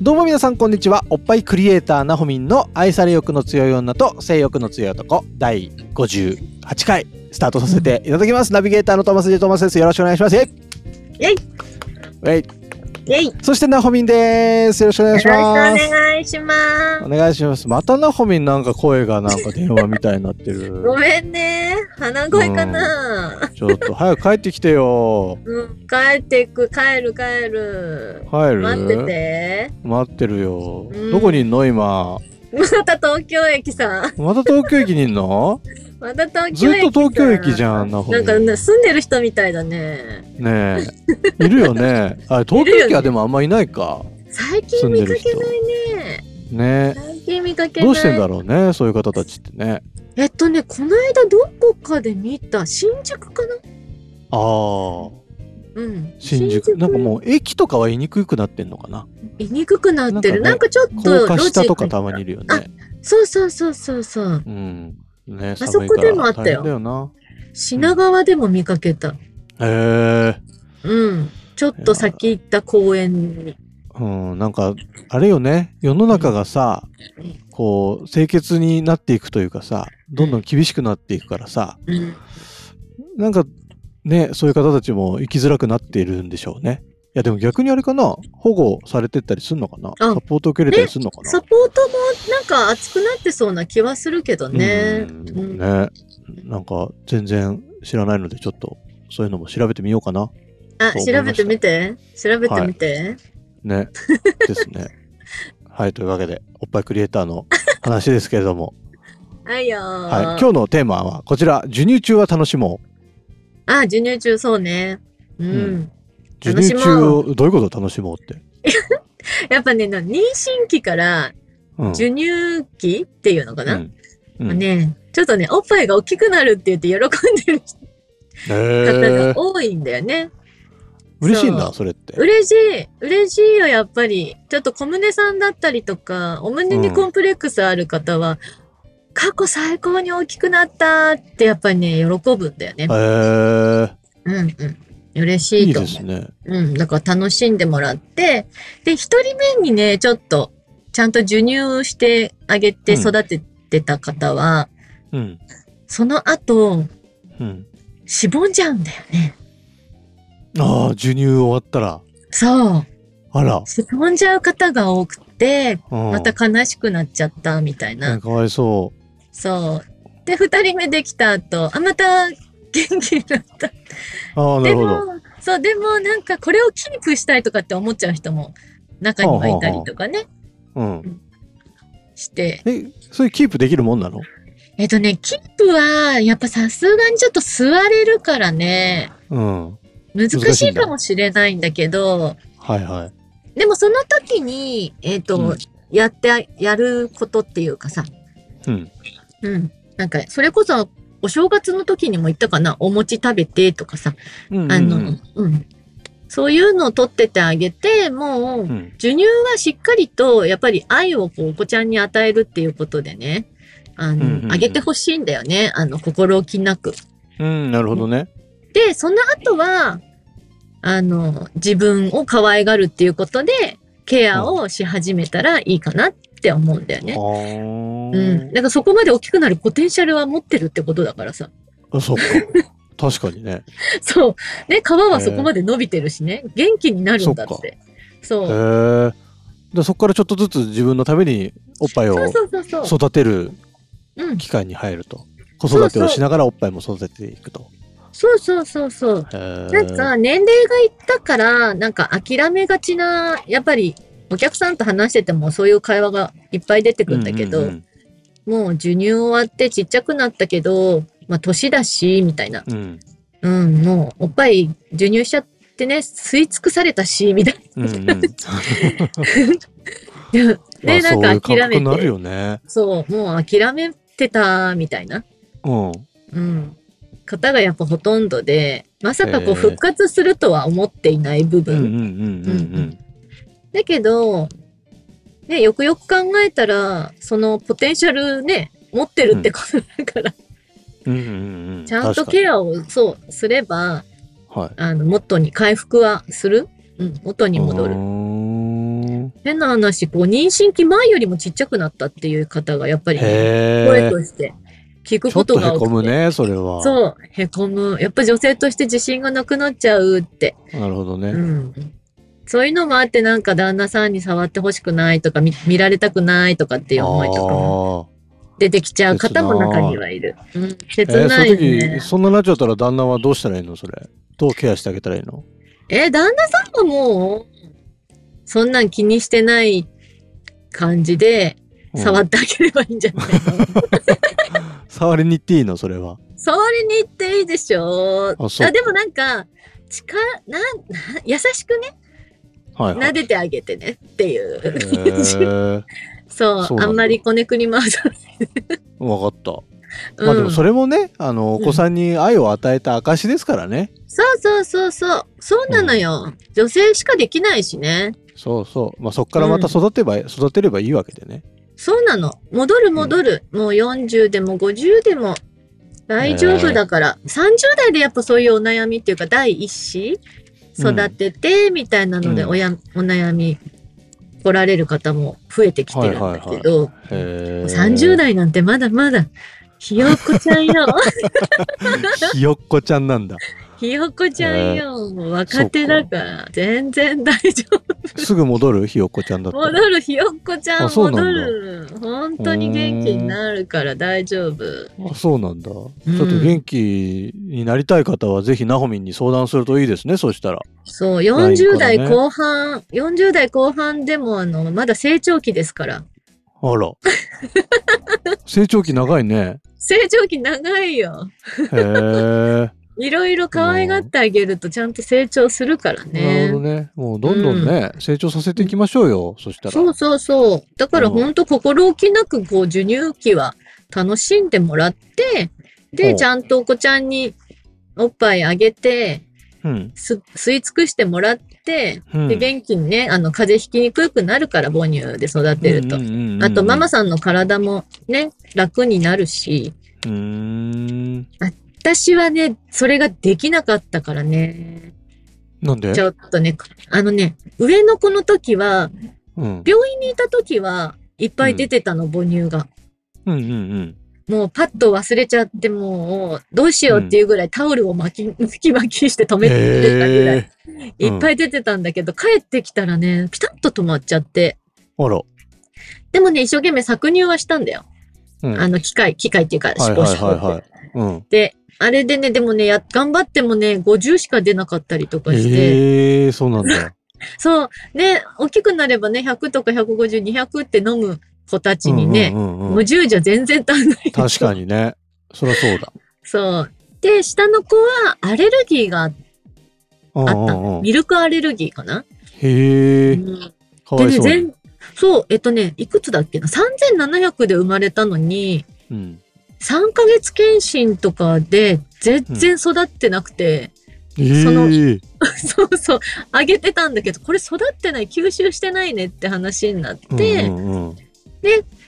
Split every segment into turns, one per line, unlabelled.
どうも皆さんこんにちはおっぱいクリエイターなほみんの愛され欲の強い女と性欲の強い男第58回スタートさせていただきますナビゲーターのトーマス・ジェトーマスですよろしくお願いしますイェイ
イェイ
イェイ
イェイよ
そしてなほみんですよろしくお願
ろ
い
し
し
くお
ます
願いします
お願いしますまたなほみんなんか声がなんか電話みたいになって
ご
る
めんね鼻声かな
ちょっと早く帰ってきてよ
うん帰ってく帰る帰る
帰る
待ってて
待ってるよ、
うん
どこにいんの今
また東京駅さん
また東京駅にいんの
また東
ず
京駅
っと東京駅じ
ゃん
ゃんなほみ
なんかね住んでる人みたいだね
ねえいるよねあれ東京駅はでもあんまいないか
最近見かけないね
ね
最近見かけない
どうしてんだろうねそういう方たちってね
えっとねこの間どこかで見た新宿かな
ああ
うん
新宿なんかもう駅とかは言いにくくなってんのかない
にくくなってる
な
なんんかちょっ
高
と
架下
路地
とかたまにいるよね
そうそうそうそうそう
うんね
あそこでもあった
寒いから大
よ
変だよな
品川でも見かけた。
へえ
うん。ちょっと先行った公園に。
うん、なんかあれよね世の中がさ
うん
こう清潔になっていくというかさどんどん厳しくなっていくからさ
うん。
なんかね、そういう方たちも生きづらくなっているんでしょうね。いやでも逆にあれかな保護されてったりするのかな
あ
サポート受けれたりするのかな
サポートもなんか熱くなってそうな気はするけどね。
う
うん
んねなんか全然知らないのでちょっとそういうのも調べてみようかな。
あ、
そう思い
調
ま
べ
した
てみて。調べてみて。
ね。ですね。はい、というわけでおっぱいクリエイターの話ですけれども、
はいよー。
はい、今日のテーマはこちら授乳中は楽しもう。
あ、授乳中そうね。うん。
うん授
楽し
乳
もう
中をどういうことを楽しもうって。
やっぱね、な妊娠期から
うん
授乳期っていうのかな、
うんうん
ね、ちょっとね、おっぱいが大きくなるって言って喜んでる
へ
方
え
が多いんだよね。
嬉しいん
そ
だ
う
それって。
嬉しい嬉しいよやっぱりちょっと小胸さんだったりとかお胸にコンプレックスある方は、過去最高に大きくなったってやっぱりね喜ぶんだよね
へえ
うんうん嬉し
い
い
い
と
で
思う
すね。
うんだから楽しんでもらってで一人目にねちょっとちゃんと授乳してあげて
うん
育ててた方は、
うん。
その後
うん。
しぼんじゃうんだよね
ああ、授乳終わったら、
そう
あら、
しぼんじゃう方が多くて
うん、
また悲しくなっちゃったみたいな
ねかわいそ
そう。で、二人目できた後、あ、また元気になった。
う。ああ、な
で
るほ
も
ど。、
そう、でもなんかこれをキープしたいとかって思っちゃう人も中にはいたりとかね、
うん。
して。
え、それキープできるもんなの
えっとね、キープはやっぱさすがにちょっと座れるからね、
うん。
難
難し
し
い
い
んだ
かもしれないんだけど、
はいはい。
でもその時に、えっ、と、
うん
やって、やることっていうかさ、
うん。
うん。なんか、それこそ、お正月の時にも言ったかな、お餅食べてとかさ、
うん、うん。
あ
う
の
ん、
うん。そういうのを取っててあげて、もう
う、ん。
授乳はしっかりと、やっぱり愛をこう、お子ちゃんに与えるっていうことでね、あ
うんうんうん
の、あげてほしいんだよね。あの、心置きなく。
うん、なるほどね。
で、その後は、あの、自分を可愛がるっていうことで、ケアをし始めたらいいかなって思うんだよ
あ
ね。
ー
うん。だからそこまで大きくなるポテンシャルは持ってるってことだからさ。
あ。そっか。確かにね。
そう。ね、皮はそこまで伸びてるしね。元気になるんだ
そっ
っ
か
て。そ
へ
う。
え。でそこからちょっとずつ自分のためにおっぱいを
そうそうそうそう。
育てる
うん、
機会に入ると。子育てをしながらおっぱいも育てていくと。
そうそうそうそう。
へえ。
なんか年齢がいったから、なんか諦めがちな、やっぱりお客さんと話しててもそういう会話がいっぱい出てくるんだけど、
うんうん
もう授乳終わってちっちゃくなったけど、まあ年だし、みたいな。
うん。うん
うん、もうおっぱい授乳しちゃって、してね、吸い尽くされたし、みたいな。
うんう ん、で、
で、でな
そういう感
ん か諦
覚
め
になる
て、
よね。
そう、もう諦めてた、みたいな。
うん。
うん。方がやっぱほとんどで、まさかこ
へえ
う復活するとは思っていない部
うんうん
分。
うんうん
だけど、ね、よくよく考えたら、そのポテンシャルね、持ってるってことだから、
うん。うんうんうん。
ちゃんとケ
ア。
アを、そう、すれば、
はい。
あの、元に回復はする。うん、元に戻
うー
る。
ん
変な話、こう、妊娠期前よりもちっちゃくなったっていう方が、やっぱりね、
へ
声
え
と。して聞く
ちょ
こ
っ
と
と
が
へ
多
こむ
くて。
ね、それは。
そう、へこむ。やっぱ女性として自信がなくなっちゃうって。
なるほど
う
ね。
ん。そういうのもあって、なんか旦那さんに触ってほしくないとか見、見られたくないとかっていう思いとかも出てきちゃう方も中にはいる。うん、
あーえ
切
ーそ
な
う
いよ
いう時、
ね。
そんななっちゃったら旦那はどうしたらいいのそれ。どうケアしてあげたらいいの
え旦那さんはもう、そんなん気にしてない感じで、触
う
ってあげればいいんじ ゃないの、
ん触りに行っていいのそれは。
触りに行っていいでしょ
あそう
あ、でもなんか、近、なん、なん優しくね、
はいは
撫
い。
でてあげてねっていう。
へー
そう、
そうなんだ
あんまりこねくり回さない。
わかった。
うん
まあでもそれもね、あの、お
うん
子さんに愛を与えた証ですからね。
そうそうそうそう。そうなのよ。女性しかできないしね。
そうそう。まあそこからまた育てば、育てればいいわけでね。
そうなの。戻る戻る。もう40でも50でも大丈夫だから。30代でやっぱそういうお悩みっていうか、第一子育ててみたいなので
うん
おや、お悩み来られる方も増えてきてるんだけど、
へー
30代なんてまだまだ、ひよこちゃん よ。
ひよっこちゃんなんだ。
ひよこちゃんよ。もう若手だから、全然大丈夫。
すぐ戻るひよっこちゃんだったら。
戻るひよっこちゃ
あ
ん
そうなんだ
戻る本当に元気になるから大丈夫
あそうなんだ。ちょっと元気になりたい方は、ぜひナホミンに相談するといいですね、そうしたら。
そ
ライ
う
ンからね
40代後半、40代後半でもあのまだ成長期ですから
あ ら。成長期長いね。
成長期長いよ
へえ。
いろいろ可愛がってあげるとちゃんと成長するから
なる
ね
ほどね。もうどんどんね、成長させていきましょうよ、そしたら。
そうそうそうだから
うん
本当心置きなくこう授乳期は楽しんでもらって
う
で
ん
ちゃんとお子ちゃんにおっぱいあげて
うん。
す吸い尽くしてもらって
うん。
で元気にねあの風邪ひきにくくなるから母乳で育てると、
うんうんうんうん
あとママさんの体もね楽になるし
うーん。
私はねそれができなかったからね
なんで
ちょっとねあのね上の子の時は
うん。
病院にいた時はいっぱい出てたの、母乳が
うんうんうん。
もうパッと忘れちゃってもうどうしようっていうぐらいタオルを巻き巻き巻きして止めてたぐらい、
へえ
いっぱい出てたんだけど帰ってきたらねピタッと止まっちゃって
あら。
でもね一生懸命搾乳はしたんだよ
うん
あの、機械、機械っていうか、
はい
シコシコ
はいはいは
っ
い
て。。
うん。
で、あれでね、でもね、や頑張ってもね、50しか出なかったりとかして、
ええそうなんだ。
そう、ね、大きくなればね、100とか150、200って飲む子たちに
う
ね、
んうんうんうん。
50じゃ全然足んない。
確かにね。そりゃそうだ。
そう。で、下の子はアレルギーがあっ
うん
た
うん
の
うん。
ミルクアレルギーかな、
へ
う
え
ん
かわいそ
でね、
うに。
全、そう、えっとね、いくつだっけな ?3700 で生まれたのに、
うん。
3ヶ月検診とかで全然育ってなくて、
ええ
のそうそう、あげてたんだけど、これ育ってない、吸収してないねって話になって、
うんうんうん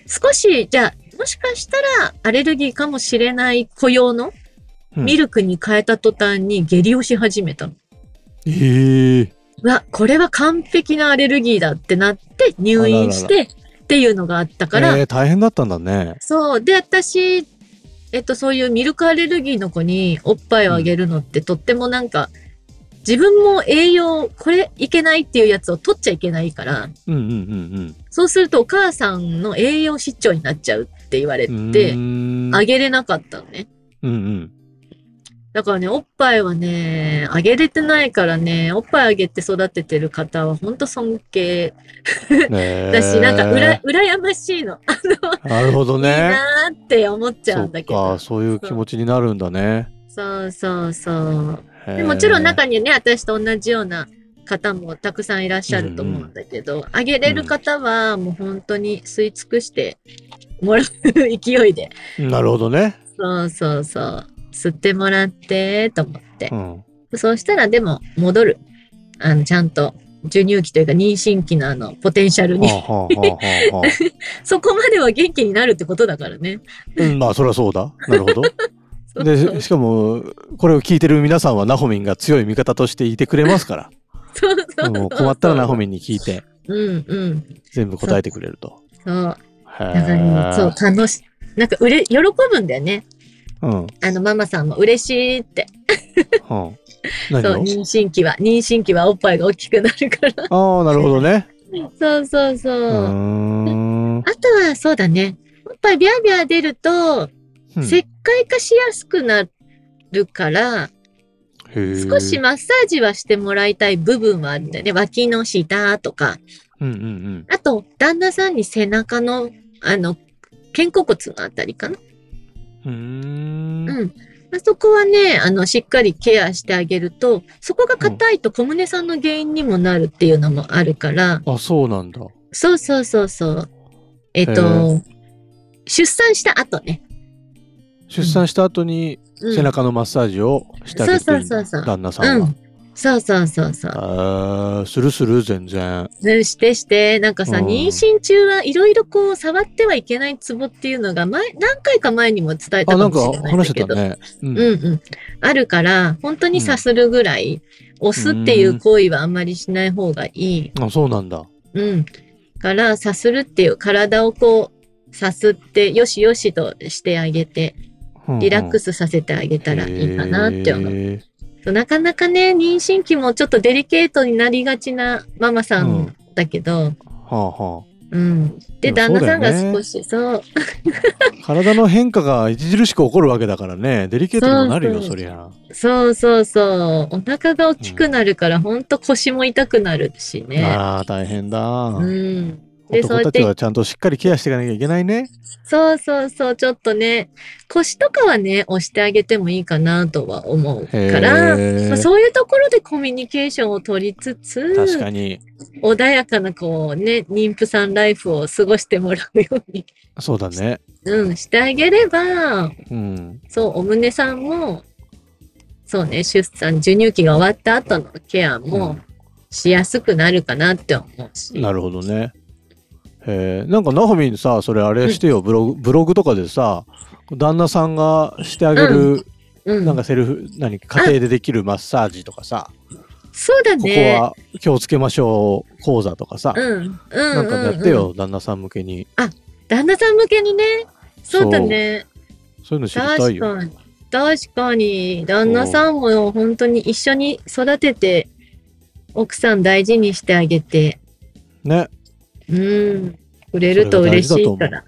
少し、じゃあ、もしかしたらアレルギーかもしれない子用の
うん
ミルクに変えた途端に下痢をし始めたの。
ええ
うわ、これは完璧なアレルギーだってなって入院してっていうのがあったから、
ええ大変だったんだね。
そう。で、私、えっと、そういうミルクアレルギーの子におっぱいをあげるのってとってもなんか、自分も栄養、これいけないっていうやつを取っちゃいけないから、
うんうんうん
そうするとお母さんの栄養失調になっちゃうって言われ
うん。う
て、
ーん
あげれなかったのね。
うんうん。
だからね、おっぱいはね、あげれてないからね、おっぱいあげて育ててる方はほんと尊敬だ
だ
し、なんかうら、羨ましいの。あ
なるほど
いい
ね。
なーって思っちゃ
そ
うんだけど
っか、。そういう気持ちになるんだね。
そうそうそう。
へ
で
ー
もちろん中にね、私と同じような方もたくさんいらっしゃると思うんだけど、あ、げれる方はもう本当に吸い尽くしてもらう勢いで。
なるほどね。
そうそうそう。吸ってもらって、と思って
う。ん。
そうしたらでも戻る。あの、ちゃんと授乳期というか妊娠期のあの、ポテンシャルに
は。あはあはあはあはあ
そこまでは元気になるってことだからね。
うん、まあ、そりゃそうだ。なるほ ど。
そうそう
で、しかも、これを聞いてる皆さんは、ナホミンが強い味方としていてくれますか
そうそうそ
ら。
う
もう困ったらナホミンに聞いて、
うんうん。
全部答えてくれると。
そ
へ
う。だからね
ー
そう、楽し、なんか、うれ、喜ぶんだよね。
うん。
あの、ママさんも嬉しいって。
うん。何
そう、
を
妊娠期は、妊娠期はおっぱいが大きくなるから。
ああ、なるほどね。
そうそうそうう。
ーん。
あとは、そうだね。おっぱいビャービャー出ると、
うん
石灰化しやすくなるから、
へー
少しマッサージはしてもらいたい部分はあるんだよね。脇の下とか。
うんうんうん。
あと、旦那さんに背中の、あの、肩甲骨のあたりかな。
うーん
うん。あそこはね、あの、しっかりケアしてあげると、そこが硬いと小胸さんの原因にもなるっていうのもあるから、
あ、そうなんだ。
そうそうそうそう。えっ、
へ
と
ー、
出産した後ね。
出産した後に
うん
背中のマッサージをしてあげて
そう
る
そうそうそう
旦那さ
うん
は
ん。そうそうそうそう。
あー。するする全然。
ねしてして、なんかさ、
うん
妊娠中はいろいろこう、触ってはいけないツボっていうのが前、何回か前にも伝えた
あ、なん
かも
か
しれないん
話
だ
し
け
て
ど
た。ね。うん
うんうん。あるから、本当にさするぐらい、押すっていう行為はあんまりしない方がいい。
あ、そうなんだ。
うん。から、さするっていう、体をこう、さすって、よしよしとしてあげて、リラック
ス
スさせてあげたらいいかなって思う。
う。
そうなかなかね、妊娠期もちょっとデリケートになりがちなママさんだけど、
はあは
うん。
で
で、旦
も
那
そうだ
さ
よね
んが少し、そう、
あ。体の変化が著しく起こるわけだからね。デリケートにもなるよ、
そうそう
そりゃ。
そうそうそう、お腹が大きくなるから、ほんと腰も痛くなるしね。
ああ、大変だ。
うん。で、
男
そうやっ
ち
たて、
はちゃんとしっかりケアしていかなきゃいけないね。
そうそうそう、ちょっとね、腰とかはね、押してあげてもいいかなとは思う
へ
から、
ー
まあそういうところでコミュニケーションを取りつつ、
確かに。
穏やかなこうね、妊婦さんライフを過ごしてもらうように、
そうだね。
うん、してあげれば、
うん。
そう、お胸さんも、そうね、出産、授乳期が終わった後のケア
う
も
ん
しやすくなるかなって思うし。
なるほどね。えー、なんかナホミンさそれあれしてよ、ブログブログとかでさ旦那さんがしてあげる、
うん、
なんかセルフ何家庭でできるマッサージとかさ、
そうだ
ここ
ね。
は気をつけましょう講座とかさ、
うん、うん、うん。
なんかやって
うん。
よ旦那さん向けに
旦那さん向けにね、そうだね。
そういうの知りたい
確
よ。
かに。確かに、旦那さんも本当に一緒に育てて、奥さん大事にしてあげて、
ね
うん、くれると嬉しいから。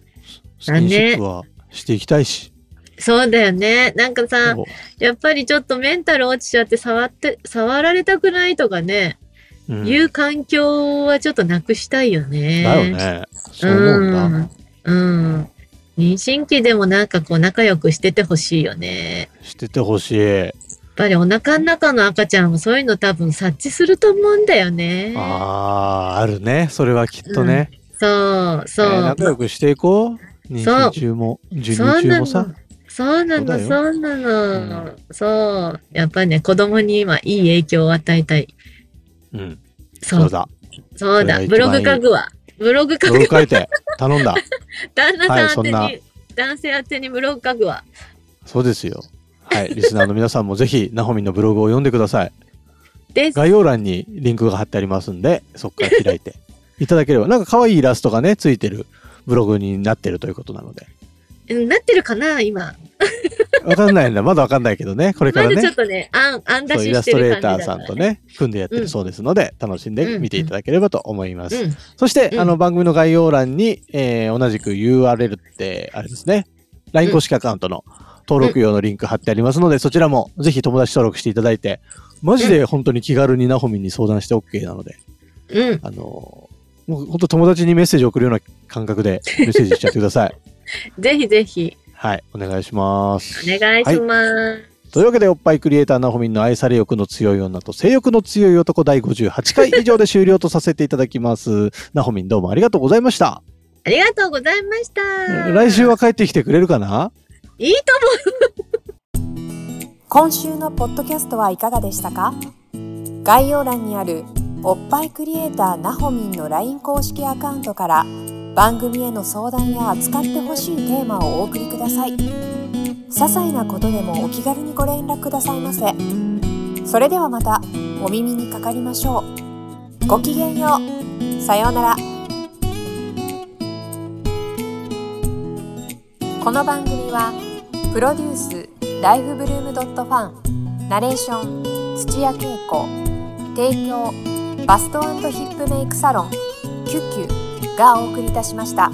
スキンシップはしていきたいし。
そうだよね。なんかさ、
そう
やっぱりちょっとメンタル落ちちゃって触って、触られたくないとかね、
うん
いう環境はちょっとなくしたいよね。
だよ。ね。そうう思うんだ。
ん。うん。妊娠期でもなんかこう仲良くしててほしいよね。
しててほしい。
やっぱりお腹の中の赤ちゃんもそういうの多分察知すると思うんだよね。
ああ、あるね。それはきっとね。
そう、そう。
えー仲良くしていこう。妊娠中も、授
そ
乳
うな
中
の
もさ。。
そうなの、
そうだ
そうなの。そう。やっぱりね、子供に今いい影響を与えたい。
うん、
そう
そう。だ。
そうだ、
そ
ブ
れが
ロ
一番い
グ
い
書くわ。ブログ
ブ
書く
ログ書いて、頼んだ。
旦那さん宛てに、
はい
男性宛てにブログ書くわ。
そうですよ。はい、リスナーの皆さんもぜひ、ナホミンのブログを読んでください。
です。
概要欄にリンクが貼ってありますんで、そこから 開いていただければ、なんか可愛いイラストがね、ついてるブログになってるということなので。
うんなってるかな今。
わかんないんだ。まだわかんないけどね、これか
ま
ら
だちょっ
ね。
とね、あん、あん出
そうイ
し
ラ
し
ス
て
トレ
る
ータ
感
ー
じ
さ
だ
ん
か
と。
ら
ね、組んでやって
う
る
ん
そうですので、楽しんで見ていただければと思います。
うん、
そして、
うん
あの番組の概要欄に、えー同じく URL ってあれですね LINE 公式アカウントの登録用のリンク貼ってありますので、そちらもぜひ友達登録していただいてマジで本当に気軽にナホミンに相談して OK なので、
うん。
あのーもう本当友達にメッセージ送るような感覚でメッセージ しちゃってください
ぜひぜひ、
はいお願いします
お願いします。
すというわけで、おっぱいクリエイターなほみんの愛され欲の強い女と性欲の強い男第58回以上で終了とさせていただきます。なほみんどうもありがとうございました。
ありがとうございました。
来週は帰ってきてくれるかない
いと思う
今週のポッドキャストはいかがでしたか概要欄にあるおっぱいクリエイターなほみんの LINE 公式アカウントから番組への相談や扱ってほしいテーマをお送りください些細なことでもお気軽にご連絡くださいませそれではまたお耳にかかりましょうごきげんようさようならこの番組は「プロデュースライフブルームドットファンナレーション土屋恵子提供バストヒップメイクサロン「キュッキュ」がお送りいたしました。